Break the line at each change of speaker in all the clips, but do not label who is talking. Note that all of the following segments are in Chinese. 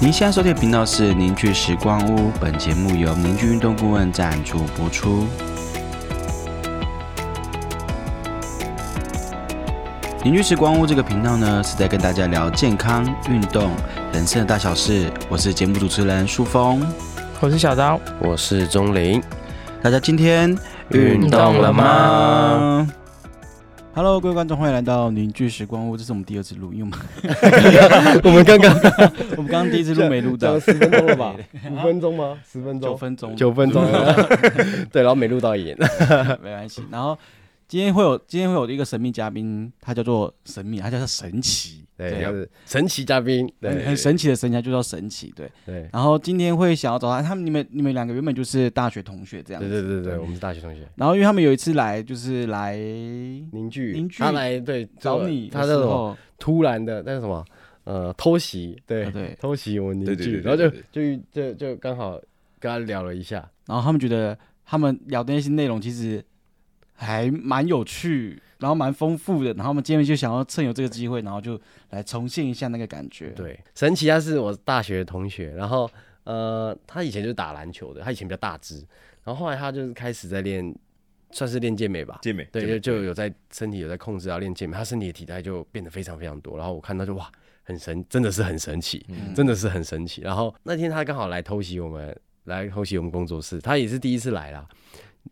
您现在收听的频道是《凝聚时光屋》，本节目由凝聚运动顾问赞助播出。凝聚时光屋这个频道呢，是在跟大家聊健康、运动、人生的大小事。我是节目主持人舒峰，
我是小刀，
我是钟林，
大家今天
运动了吗
？Hello，各位观众，欢迎来到凝聚时光屋，这是我们第二次录，因为我 们
我们刚刚
我们刚刚第一次录没录到
讲十分钟了吧？五分钟吗？十分
九
钟。
分钟，
九分钟 了，对，然后没录到眼，
没关系。然后今天会有今天会有一个神秘嘉宾，他叫做神秘，他叫做神奇，
对，就是神奇嘉宾，
很
对，
很神奇的神奇，他就叫神奇，对。
对，
然后今天会想要找他，他们你们你们两个原本就是大学同学这样
对
子，
对对对，我们是大学同学，
然后因为他们有一次来，就是来
凝聚，
凝聚
他来对
找你
他
的
这
时
种
候，
突然的那是什么呃偷袭，对
啊对
偷袭我们凝
对对
聚，
对
然后
对
就就就就刚好跟他聊了一下，
然后他们觉得他们聊的那些内容其实还蛮有趣，然后蛮丰富的，然后我们今天就想要趁有这个机会，然后就来重现一下那个感觉。
对，神奇他是我大学同学，然后呃，他以前就是打篮球的，他以前比较大只，然后后来他就是开始在练，算是练健美吧，
健美，
对，
健
就
美
就有在身体有在控制啊，练健美，他身体的体态就变得非常非常多。然后我看到就哇，很神，真的是很神奇，
嗯
真的是很神奇。然后那天他刚好来偷袭我们，来偷袭我们工作室，他也是第一次来啦。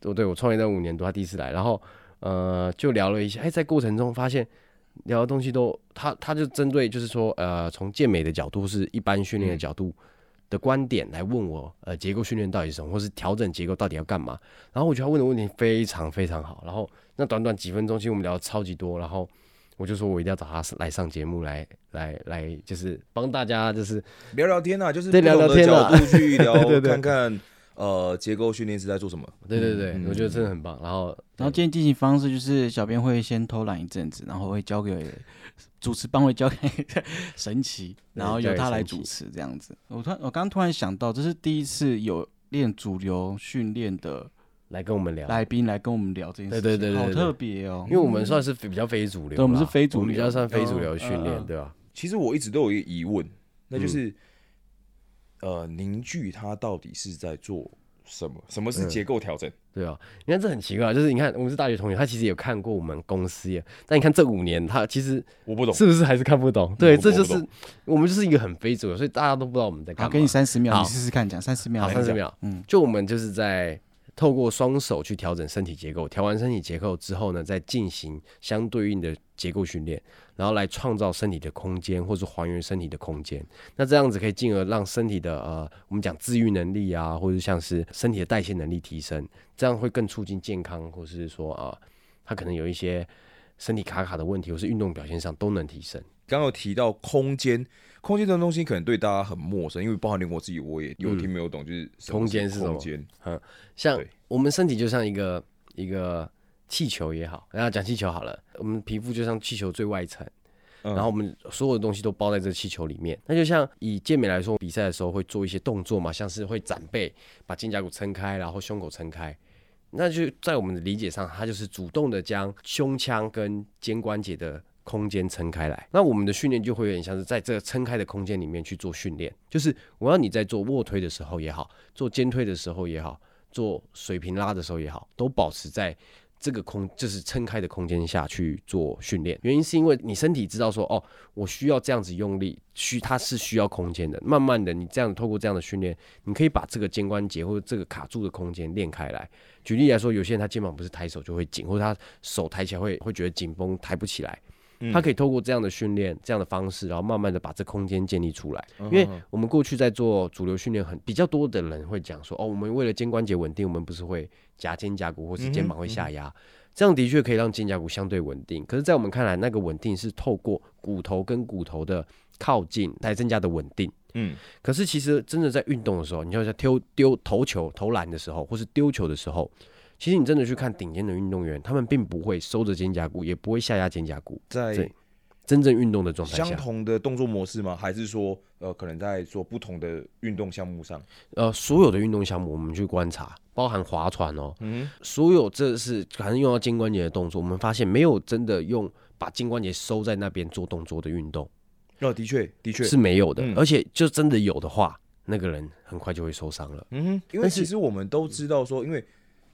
我对我创业那五年多，他第一次来，然后呃就聊了一下，哎，在过程中发现聊的东西都，他他就针对就是说呃从健美的角度是一般训练的角度。的观点来问我，呃，结构训练到底是什么，或是调整结构到底要干嘛？然后我觉得他问的问题非常非常好，然后那短短几分钟，其实我们聊得超级多，然后我就说我一定要找他来上节目来来来，就是帮大家，就是
聊聊天啊，就是
对
不同
聊聊
的
天
角
啊
度去
对对
聊，
对
看看呃结构训练是在做什么。
对对对，
嗯
我觉得真的很棒。然后
然后今天进行方式就是，小编会先偷懒一阵子，然后会交给主持棒会交给 神奇，然后由他来主持这样子。我突然我刚刚突然想到，这是第一次有练主流训练的
来跟我们聊，
来宾来跟我们聊这件事情，
对对对对
好
对
特别哦
因。为我们算是比较非主流啦，
对我们是非主流
我们比较算非主流训
嗯嗯
练，
嗯
对吧？
其实我一直都有一个疑问，那
嗯
就是呃凝聚它到底是在做什么？什么
嗯
是结构调整？
对啊，你看这很奇怪，就是你看我们是大学同学，他其实有看过我们公司耶，但你看这五年他其实
我不懂。
是不是还是看不懂？对，
我不
这
懂
就是我们就是一个很非主流，所以大家都不知道我们在干
好，
嘛。
给你三十秒，
好
你试试看，讲三十秒，
好，三十秒，
嗯
嗯，就我们就是在透过双手去调整身体结构，调完身体结构之后呢，再进行相对应的结构训练，然后来创造身体的空间，或是还原身体的空间。那这样子可以进而让身体的呃，我们讲自愈能力啊，或者像是身体的代谢能力提升，这样会更促进健康，或是说啊，他可能有一些身体卡卡的问题，或是运动表现上都能提升。
刚刚有提到空间，空间这种东西可能对大家很陌生，因为包含连我自己我也有听没有懂，就是什么
空间是什么
空间
像
对
我们身体就像一个一个气球也好，然后讲气球好了，我们皮肤就像气球最外层，
嗯
然后我们所有的东西都包在这个气球里面。那就像以健美来说，比赛的时候会做一些动作嘛，像是会展背，把肩胛骨撑开，然后胸口撑开。那就在我们的理解上，它就是主动的将胸腔跟肩关节的空间撑开来。那我们的训练就会有点像是在这个撑开的空间里面去做训练，就是我要你在做卧推的时候也好，做肩推的时候也好，做水平拉的时候也好，都保持在这个空就是撑开的空间下去做训练。原因是因为你身体知道说，哦，我需要这样子用力，需它是需要空间的。慢慢的，你这样透过这样的训练，你可以把这个肩关节或者这个卡住的空间练开来。举例来说，有些人他肩膀不是抬手就会紧，或者他手抬起来会会觉得紧绷，抬不起来。他可以透过这样的训练、这样的方式，然后慢慢的把这空间建立出来。
嗯
因为我们过去在做主流训练很，比较多的人会讲说，哦，我们为了肩关节稳定，我们不是会夹肩胛骨，或
嗯
是肩膀会下压，这样的确可以让肩胛骨相对稳定。可是，在我们看来，那个稳定是透过骨头跟骨头的靠近来增加的稳定。
嗯，
可是其实真的在运动的时候，你要在丢丢投球、投篮的时候，或是丢球的时候，其实你真的去看顶尖的运动员，他们并不会收着肩胛骨，也不会下压肩胛骨。
在
对真正运动的状态
相
下，
同的动作模式吗？还是说呃可能在做不同的运动项目上？
呃，所有的运动项目我们去观察，包含划船哦，
嗯，
所有这是可能用到肩关节的动作，我们发现没有真的用把肩关节收在那边做动作的运动。
那哦的确的确
是没有的，
嗯
而且就真的有的话，那个人很快就会受伤了。
嗯哼，因为
但是
其实我们都知道说，因为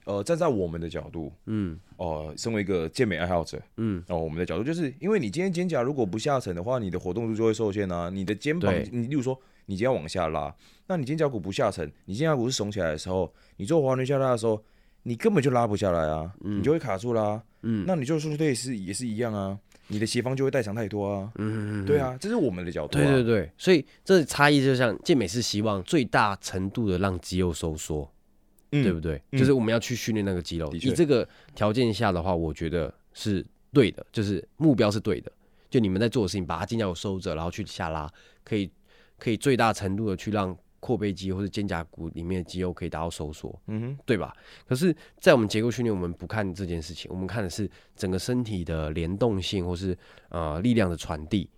呃，站在我们的角度，
嗯
呃，身为一个健美爱好者，
嗯，
哦，我们的角度就是，因为你今天肩胛如果不下沉的话，你的活动度就会受限啊。你的肩膀
对，
你例如说你今天往下拉，那你肩胛骨不下沉，你肩胛骨是耸起来的时候，你做滑轮下拉的时候，你根本就拉不下来啊，你就会卡住啦。嗯，那你做竖腿也是也是一样啊，你的斜方就会代偿太多啊。嗯对啊，这是我们的角度、啊。
对对对，所以这差异就像健美是希望最大程度的让肌肉收缩，
嗯
对不对？
嗯
就是我们要去训练那个肌肉。
的确
以这个条件下的话，我觉得是对的，就是目标是对的。就你们在做的事情，把它肩胛骨收着，然后去下拉，可以可以最大程度的去让阔背肌或者肩胛骨里面的肌肉可以达到收缩。
嗯哼，
对吧？可是，在我们结构训练，我们不看这件事情，我们看的是整个身体的联动性，或是呃力量的传递。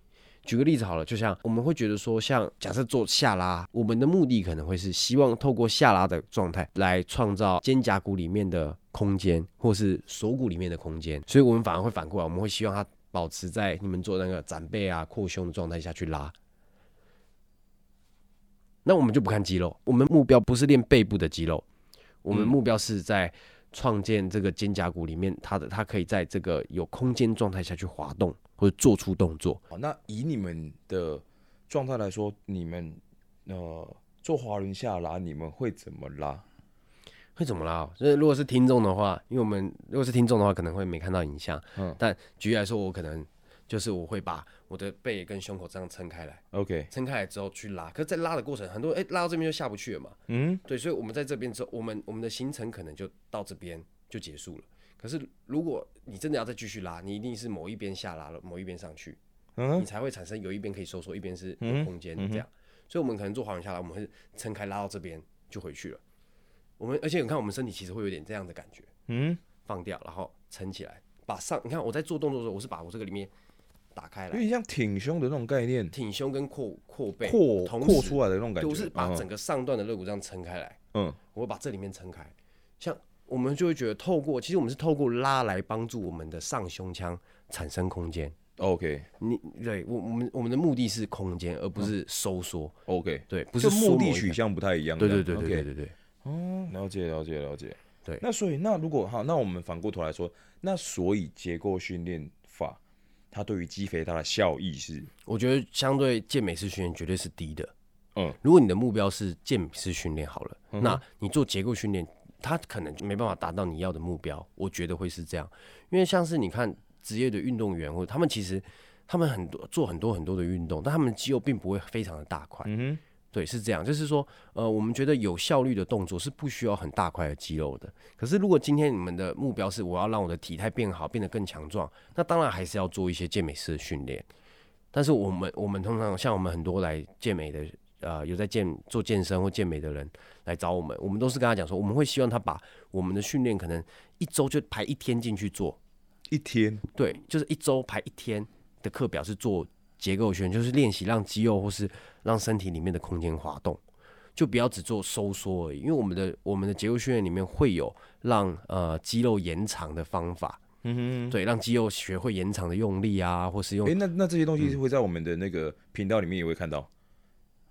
举个例子好了，就像我们会觉得说，像假设做下拉，我们的目的可能会是希望透过下拉的状态来创造肩胛骨里面的空间，或是锁骨里面的空间，所以我们反而会反过来，我们会希望它保持在你们做那个展背啊、扩胸的状态下去拉。那我们就不看肌肉，我们目标不是练背部的肌肉，我们
嗯
目标是在创建这个肩胛骨里面，它的它可以在这个有空间状态下去滑动或者做出动作。
好，那以你们的状态来说，你们呃做滑轮下拉，你们会怎么拉？
会怎么啦？就是如果是听众的话，因为我们如果是听众的话，可能会没看到影像。
嗯
但举例来说，我可能就是我会把我的背跟胸口这样撑开来，
OK，
撑开来之后去拉。可是，在拉的过程，很多哎、拉到这边就下不去了嘛。
嗯，
对，所以我们在这边之后，我们我们的行程可能就到这边就结束了。可是，如果你真的要再继续拉，你一定是某一边下拉了，某一边上去。你
嗯，
才会产生有一边可以收缩，一边是
嗯
有空间这样。所以我们可能做滑轮下来，我们会撑开拉到这边就回去了。我们而且你看，我们身体其实会有点这样的感觉，
嗯，
放掉然后撑起来，把上你看我在做动作的时候，我是把我这个里面打开
有
来，
点像挺胸的那种概念，
挺胸跟扩扩背
扩
同
扩
时
出来的那种
对，
感觉，
我是把
嗯
整个上段的肋骨这样撑开来，
嗯
我会把这里面撑开。像我们就会觉得透过，其实我们是透过拉来帮助我们的上胸腔产生空间。
OK
你对我我们我们的目的是空间，而不是收缩。
OK，
对，不
嗯就是目
缩
的
某一
取
个。
向不太一样这
对
样。
对对对
OK
对对对，
哦，了解了解了解。
对
那所以那如果好，那我们反过头来说，那所以结构训练法它对于肌肥大的效益是，
我觉得相对健美式训练绝对是低的。
嗯，
如果你的目标是健美式训练好了，那你做结构训练，它可能就没办法达到你要的目标。我觉得会是这样，因为像是你看职业的运动员，或者他们其实他们很多做很多很多的运动，但他们肌肉并不会非常的大块。
嗯
对，是这样，就是说，呃，我们觉得有效率的动作是不需要很大块的肌肉的。可是，如果今天你们的目标是我要让我的体态变好，变得更强壮，那当然还是要做一些健美式的训练。但是我们我们通常像我们很多来健美的，呃，有在健做健身或健美的人来找我们，我们都是跟他讲说，我们会希望他把我们的训练可能一周就排一天进去做，
哼，一天
对，就是一周排一天的课表是做结构训练，就是练习让肌肉或是让身体里面的空间滑动，就不要只做收缩而已。因为我们的我们的结构训练里面会有让呃肌肉延长的方法，嗯对，让肌肉学会延长的用力啊，或是用、
哎、那那这些东西
嗯
是会在我们的那个频道里面也会看到，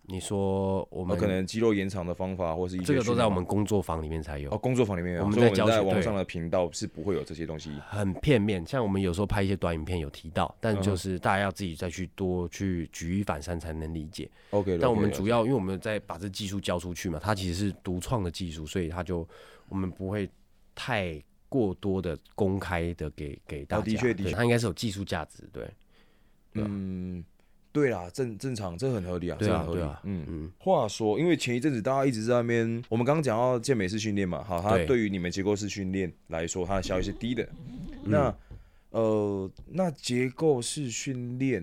你说我
呃
们、
可能肌肉延长的方法，或是一
嗯
些
这个都
训
在
练
我们工作坊里面才有
哦，工作坊里面有，
我们
所以
在教
我们在
学
网
对
上的频道是不会有这些东西。
很片面，像我们有时候拍一些短影片有提到，
嗯
但就是大家要自己再去多去举一反三才能理解。
OK，
哦但我
OK，
们
了
主
解
要因为我们在把这技术交出去嘛，它其实是独创的技术，所以它就我们不会太过多的公开的给给大
哦
家。
的确的
对
确
它应该是有技术价值，对
嗯，对啦，正正常，这很合理啊，
对
这
啊
很合
对
理。
啊，嗯嗯，
话说，因为前一阵子大家一直在那边，我们刚刚讲到健美式训练嘛，好，它
对
对于你们结构式训练来说，它的效益是低的。
嗯
那呃，那结构式训练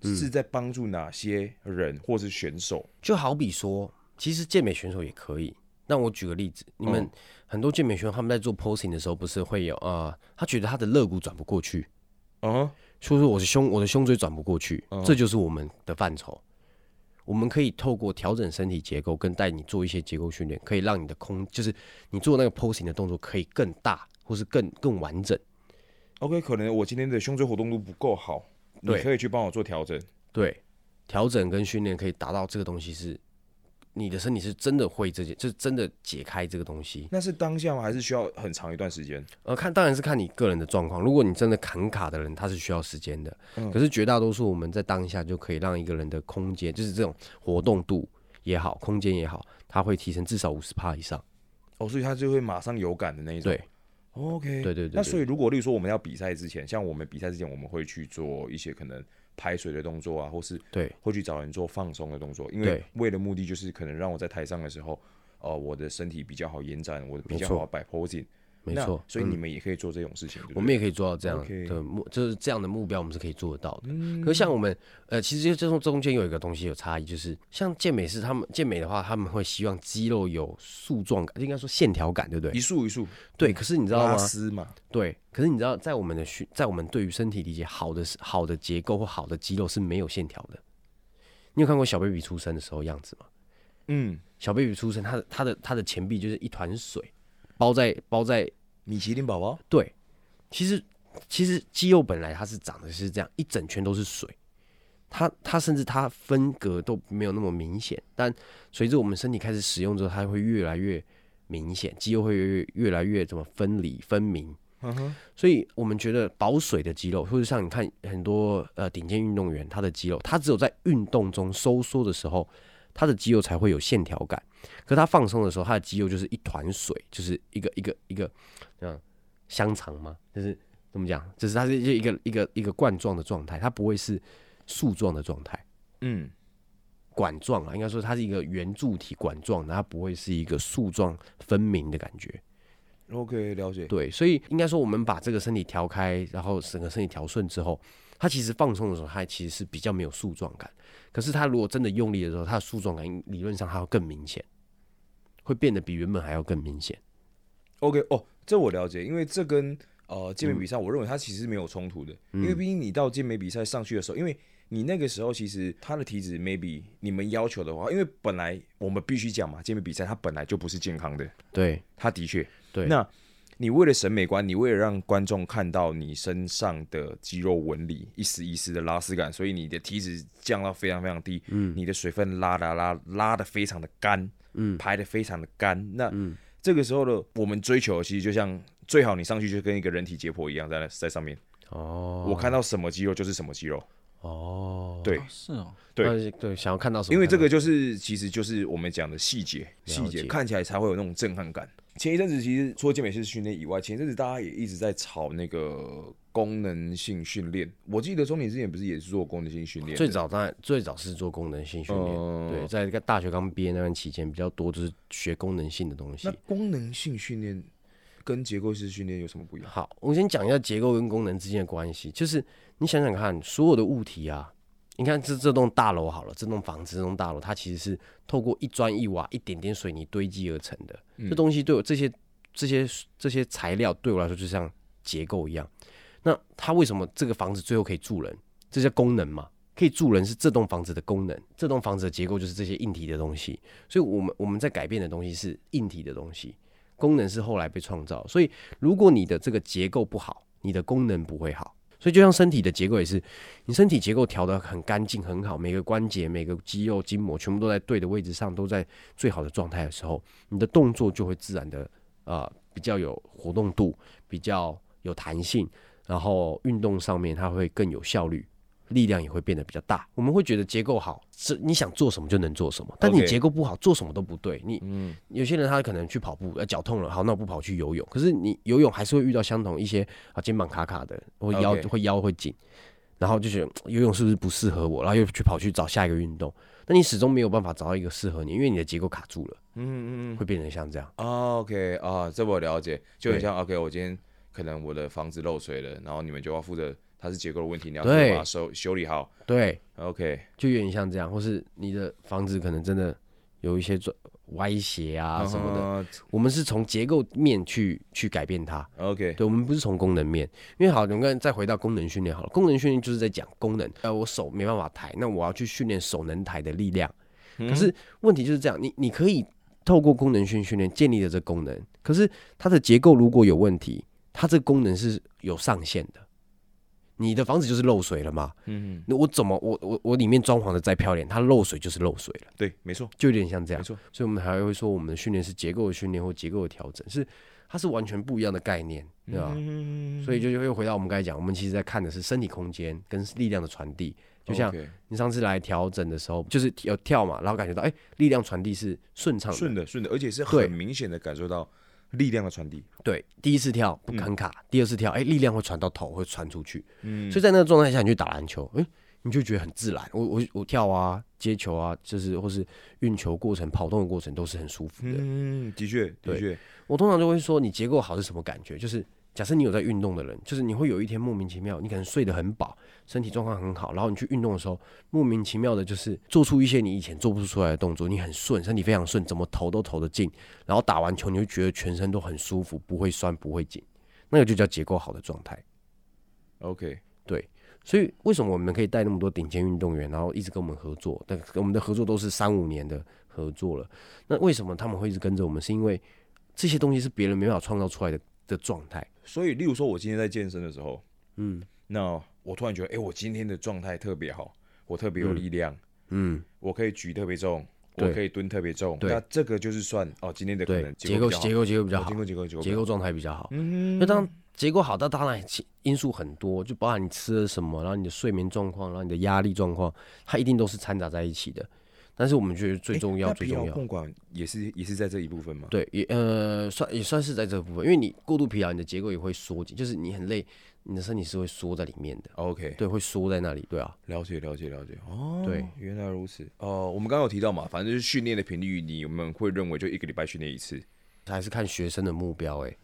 嗯
是在帮助哪些人或是选手？
就好比说，其实健美选手也可以。那我举个例子，你们
嗯
很多健美选手他们在做 posing 的时候，不是会有啊、呃他觉得他的肋骨转不过去，
嗯
所以说我的胸我的胸椎转不过去，这就是我们的范畴。我们可以透过调整身体结构，跟带你做一些结构训练，可以让你的空，就是你做那个 posing 的动作可以更大，或是更更完整。
，OK，可能我今天的胸椎活动度不够好，你
对
可以去帮我做调整。
对，调整跟训练可以达到这个东西是，你的身体是真的会这件，就是真的解开这个东西。
那是当下吗？还是需要很长一段时间？
呃，看当然是看你个人的状况。如果你真的砍卡的人，他是需要时间的。
嗯
可是绝大多数我们在当下就可以让一个人的空间，就是这种活动度也好，空间也好，它会提升至少五十趴以上。
哦，所以他就会马上有感的那一种。
对
哦，OK，
对对对对
那所以如果例如说我们要比赛之前，像我们比赛之前，我们会去做一些可能拍水的动作啊，或是
对
会去找人做放松的动作，因为
对
为了目的就是可能让我在台上的时候，呃，我的身体比较好延展，我的比较
没错
好摆 posing。
没
那
错，嗯
所以你们也可以做这种事情，对不对
我们也可以做到这样
OK 嗯
的目，就是这样的目标，我们是可以做得到的。可是像我们，呃，其实这中中间有一个东西有差异，就是像健美是他们健美的话，他们会希望肌肉有束状感，应该说线条感，对不
一
对？
束一束，
对。可是你知道
拉
吗？
丝嘛，
对。可是你知道，在我们的训，在我们对于身体理解，好的好的结构或好的肌肉是没有线条的。你有看过小 baby 出生的时候样子吗？
嗯，
小 baby 出生，他的他的他的前臂就是一团水，包在包在
米其林宝宝，
对，其实其实肌肉本来它是长的是这样，一整圈都是水，它它甚至它分隔都没有那么明显，但随着我们身体开始使用之后，它会越来越明显，肌肉会越越越来越怎么分离分明。
嗯哼，
所以我们觉得保水的肌肉，或者像你看很多呃顶尖运动员，他的肌肉，他只有在运动中收缩的时候，他的肌肉才会有线条感。可他放松的时候，他的肌肉就是一团水，就是一个一个一个，嗯，香肠嘛，就是怎么讲，就是它是一个一个一个冠状的状态，它不会是树状的状态。
嗯，
管状啊，应该说它是一个圆柱体管状的，它不会是一个树状分明的感觉。
OK，了解。
对，所以应该说我们把这个身体调开，然后整个身体调顺之后，它其实放松的时候，它其实是比较没有束状感。可是它如果真的用力的时候，它的束状感理论上它要更明显，会变得比原本还要更明显。
OK，哦，这我了解，因为这跟呃健美比赛，我认为它其实没有冲突的，因为毕竟你到健美比赛上去的时候，因为你那个时候其实他的体脂 maybe 你们要求的话，因为本来我们必须讲嘛，健美比赛它本来就不是健康的，
对
它的确，
对
那你为了审美观，你为了让观众看到你身上的肌肉纹理一丝一丝的拉丝感，所以你的体脂降到非常非常低，嗯，你的水分拉的拉拉的非常的干，嗯，排的非常的干。那、这个时候的我们追求，其实就像最好你上去就跟一个人体解剖一样，在那在上面，
哦
我看到什么肌肉就是什么肌肉，
哦，
对
哦是哦，
对
那对，想要看到什么看到什么？
因为这个就是其实就是我们讲的细节，细节
解
看起来才会有那种震撼感。前一阵子其实除了健美式训练以外，前一阵子大家也一直在炒那个功能性训练。我记得中年之前不是也是做功能性训练的？
最早当然最早是做功能性训练，
哦
对，在个大学刚毕业那段期间比较多就是学功能性的东西
那。功能性训练跟结构式训练有什么不一样？
好，我先讲一下结构跟功能之间的关系。就是你想想看，所有的物体啊，你看这这栋大楼好了，这栋房子、这栋大楼，它其实是透过一砖一瓦、一点点水泥堆积而成的。
嗯
这东西对我这些这些这些材料对我来说，就像结构一样。那它为什么这个房子最后可以住人？这叫功能嘛？可以住人是这栋房子的功能，这栋房子的结构就是这些硬体的东西。所以我们我们在改变的东西是硬体的东西，功能是后来被创造。所以如果你的这个结构不好，你的功能不会好。所以就像身体的结构也是，你身体结构调得很干净很好，每个关节、每个肌肉、筋膜全部都在对的位置上，都在最好的状态的时候，你的动作就会自然的呃比较有活动度，比较有弹性，然后运动上面它会更有效率。力量也会变得比较大，我们会觉得结构好，是你想做什么就能做什么，但你
OK
结构不好，做什么都不对。你有些人他可能去跑步，呃，脚痛了，好，那我不跑去游泳。可是你游泳还是会遇到相同一些啊，肩膀卡卡的，或腰
OK
会腰会紧，然后就觉得嗯游泳是不是不适合我，然后又去跑去找下一个运动。那你始终没有办法找到一个适合你，因为你的结构卡住了，
嗯嗯嗯。
会变成像这样。
啊，OK 啊，这我了解，就很
对
像 OK，我今天可能我的房子漏水了，然后你们就要负责它是结构的问题，你要负责
对
把它修修理好。
对，
OK，
就有点像这样，或是你的房子可能真的有一些转歪斜啊什么的。
的。
我们是从结构面去去改变它，
OK，
对，我们不是从功能面，因为好，我们刚才再回到功能训练好了，功能训练就是在讲功能，呃，我手没办法抬，那我要去训练手能抬的力量。
嗯
可是问题就是这样，你你可以透过功能训训练建立了这功能，可是它的结构如果有问题，它这功能是有上限的。你的房子就是漏水了嘛。嗯，那我怎么我我我里面装潢的再漂亮，它漏水就是漏水了，
对，没错，
就有点像这样
没。错，
所以我们还会说，我们的训练是结构的训练或结构的调整，是它是完全不一样的概念，对吧？
嗯，
所以就又回到我们刚才讲，我们其实在看的是身体空间跟力量的传递，就像
OK，
你上次来调整的时候，就是有跳嘛，然后感觉到哎、力量传递是顺畅的，
顺的顺的，而且是
对
很明显的感受到力量的传递，
对，第一次跳不很卡，第二次跳，哎、力量会传到头，会传出去，
嗯
所以在那个状态下，你去打篮球，哎、你就觉得很自然。我我我跳啊，接球啊，就是或是运球过程、跑动的过程都是很舒服的。
嗯，的确的
对
确，
我通常就会说，你结构好是什么感觉？就是假设你有在运动的人，就是你会有一天莫名其妙，你可能睡得很饱，身体状况很好，然后你去运动的时候，莫名其妙的就是做出一些你以前做不出来的动作，你很顺，身体非常顺，怎么投都投得进，然后打完球你会觉得全身都很舒服，不会酸，不会紧，那个就叫结构好的状态。
OK，
所以为什么我们可以带那么多顶尖运动员，然后一直跟我们合作？但我们的合作都是三五年的合作了。那为什么他们会一直跟着我们？是因为这些东西是别人没办法创造出来的的状态。
所以例如说我今天在健身的时候，
嗯
那我突然觉得，哎、我今天的状态特别好，我特别有力量，
嗯，
我可以举特别重，
对
我可以蹲特别重，
对
那这个就是算哦，今天的可
对
能，
结构
比较好
结构结构比较
哦
好
结，构结构结构
结构状态比较好。
嗯
那当结构好，但当然其因素很多，就包含你吃了什么，然后你的睡眠状况，然后你的压力状况，它一定都是掺杂在一起的。但是我们觉得最重要，
那
最
疲劳
重要。
控管也是也是在这一部分嘛？
对，也呃算也算是在这个部分，因为你过度疲劳，你的结构也会缩紧，就是你很累，你的身体是会缩在里面的，
，OK，
对，会缩在那里，对啊，
了解了解了解，哦，
对，
原来如此。哦，我们刚刚有提到嘛，反正就是训练的频率，你们会认为就一个礼拜训练一次，
还是看学生的目标、欸，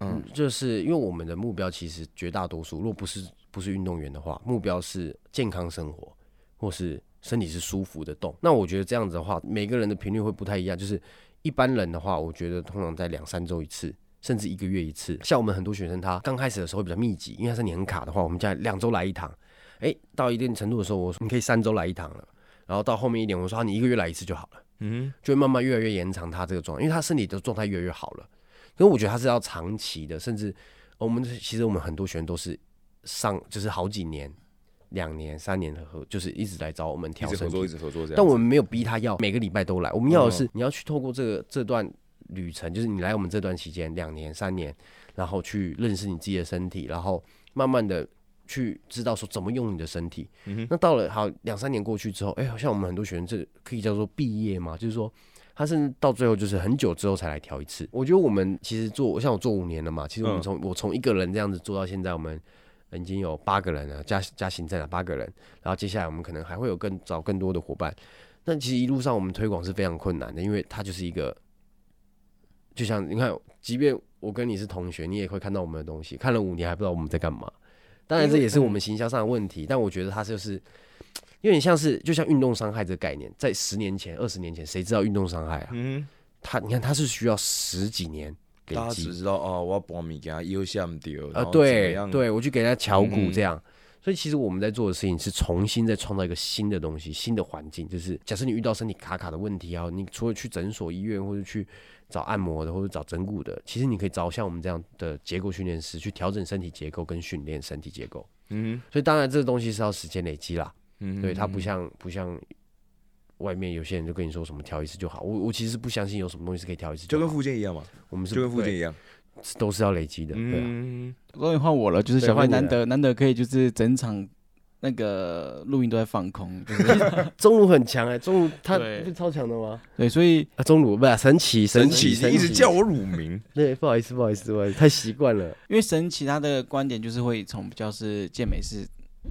嗯，就是因为我们的目标其实绝大多数，如果不是不是运动员的话，目标是健康生活，或是身体是舒服的动。那我觉得这样子的话，每个人的频率会不太一样。就是一般人的话，我觉得通常在两三周一次，甚至一个月一次。像我们很多学生，他刚开始的时候会比较密集，因为他身体很卡的话，我们家两周来一堂。诶，到一定程度的时候，我说你可以三周来一堂了。然后到后面一点，我说、啊、你一个月来一次就好了。嗯，就会慢慢越来越延长他这个状态，因为他身体的状态越来越好了。可是我觉得他是要长期的，甚至呃我们其实我们很多学员都是上就是好几年、两年、三年的合，就是一直来找我们
一
调
直合
身体
作一直合作这样。嗯
但我们没有逼他要每个礼拜都来，我们要的是你要去透过这个这段旅程，就是你来我们这段期间两年三年，然后去认识你自己的身体，然后慢慢的去知道说怎么用你的身体。那到了好两三年过去之后，哎、好像我们很多学生这可以叫做毕业嘛，就是说。他甚至到最后就是很久之后才来调一次。我觉得我们其实做，像我做五年了嘛，其实我们
嗯
从、我从一个人这样子做到现在，我们呃已经有八个人了，啊加加行政了八个人。然后接下来我们可能还会有更找更多的伙伴。那其实一路上我们推广是非常困难的，因为它就是一个，就像你看，即便我跟你是同学，你也会看到我们的东西，看了五年还不知道我们在干嘛。当然这也是
嗯
我们行销上的问题，但我觉得它就是有点像是就像运动伤害这个概念，在十年前、二十年前，谁知道运动伤害啊？
嗯，
它你看它是需要十几年累
大家
积
只，知道哦，我要保米给他优下丢
啊，对，
然后怎么样
对，我去给人家敲鼓
嗯
这样。所以其实我们在做的事情是重新再创造一个新的东西、新的环境。就是假设你遇到身体卡卡的问题啊，你除了去诊所、医院或者去找按摩的或者找整骨的，其实你可以找像我们这样的结构训练师去调整身体结构跟训练身体结构。
嗯
所以当然这个东西是要时间累积啦，
嗯，
对它不像不像外面有些人就跟你说什么调一次就好，我我其实不相信有什么东西是可以调一次
就
好
跟附件一样嘛，
我们是
就跟附件一
对
样，
都是要累积的，对啊。
嗯，
终于换我了，就是
对
小
换
费
你
难
了
得难得可以就是整场那个录音都在放空，就是
中鲁很强哎、中鲁他
对
不是超强的吗？
对，所以
啊，中鲁不是神奇
神奇，
奇神
你一直叫我乳名，
对，不好意思不好意思不好意思，太习惯了。
因为神奇他的观点就是会从比较是健美式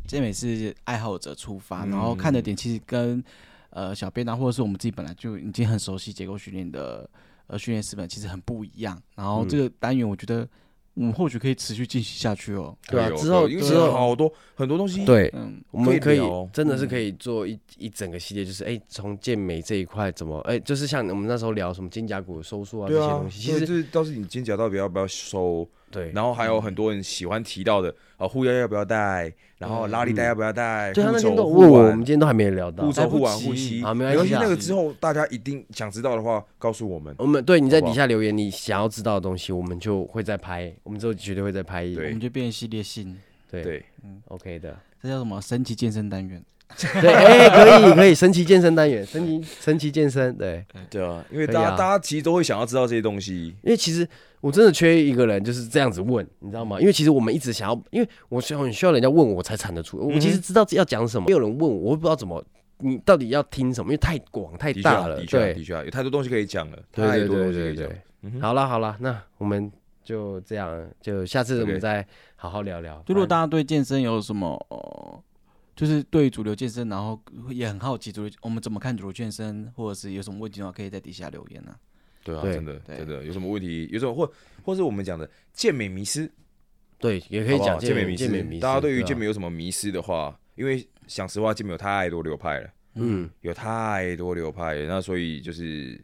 健美式爱好者出
嗯
发，然后看的点其实跟呃小编啊，或者是我们自己本来就已经很熟悉结构训练的呃训练师们其实很不一
嗯
样。然后这个单元我觉得我们或许可以持续进行下去哦。
对啊
可以哦
之后
可以因为
之后
好多很多东西，
对，
嗯，
我们可以
可以聊嗯
真的是可以做一一整个系列，就是哎，从健美这一块怎么哎，就是像我们那时候聊什么肩胛骨收缩啊这
对
些
啊
东，西，
所
其
以
实
这倒是你肩胛到底要不要收，
对，嗯
然后还有很多人喜欢提到的啊，护腰要不要带，然
嗯
后拉力带要不要带，
对他
护
那
肘
天都有
护
问我，我
腕
们今天都还没有聊到
护。
来
肘
不
护腕
及
护膝，
好没关
没关
系
系
啊，
那个之后大家一定想知道的话，告诉我们。
我们对你在
好不
底
好
下留言，你想要知道的东西，我们就会再拍，我们之后绝对会再拍。
对
我们就变系列性。
对
对，
，OK 的。
这叫什么神奇健身单元？
对，哎、可以可以，神奇健身单元，神奇神奇健身，对，
对啊，因为
可以
大家、
啊
大家其实都会想要知道这些东西，
因为其实我真的缺一个人就是这样子问，你知道吗？因为其实我们一直想要，因为我需要很需要人家问我才产得出，
嗯
我其实知道要讲什么，没有人问我，我会不知道怎么，你到底要听什么，因为太广太
的确
哎大
啊，
了，
的确啊，
对
的，确啊，有太多东西可以讲了，
对
太
对
多
对
东西可
对
以讲。
对
嗯哼
好了好了，那我们就这样，就下次我们
OK
再好好聊啊聊。
就如果大
家
家对健身有什么，呃、就是对主流健身，然后也很好奇主流我们怎么看主流健身，或者是有什么问题的话，可以在底下留言啊。
对啊，
对
真的
对
真的有什么问题，有什么或或是我们讲的健美迷失，
对也可以
好不好
讲
健美
迷
迷失
健美迷思，
大家对于
啊
健美有什么迷失的话，因为讲实话，健美有太多流派了，
嗯
有太多流派了，那所以就是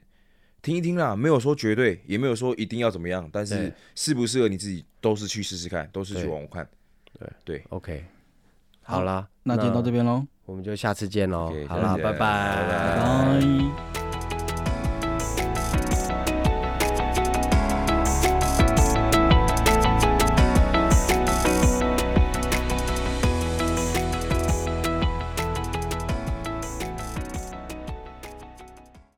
听一听啦，没有说绝对，也没有说一定要怎么样，但是
对
适不适合你自己都是去试试看，都是去
对
网看。
OK，
好
好啦，
那今天到这边喽，
我们就下次见喽
OK，，
好
下
啦，
次
拜拜
见拜
拜。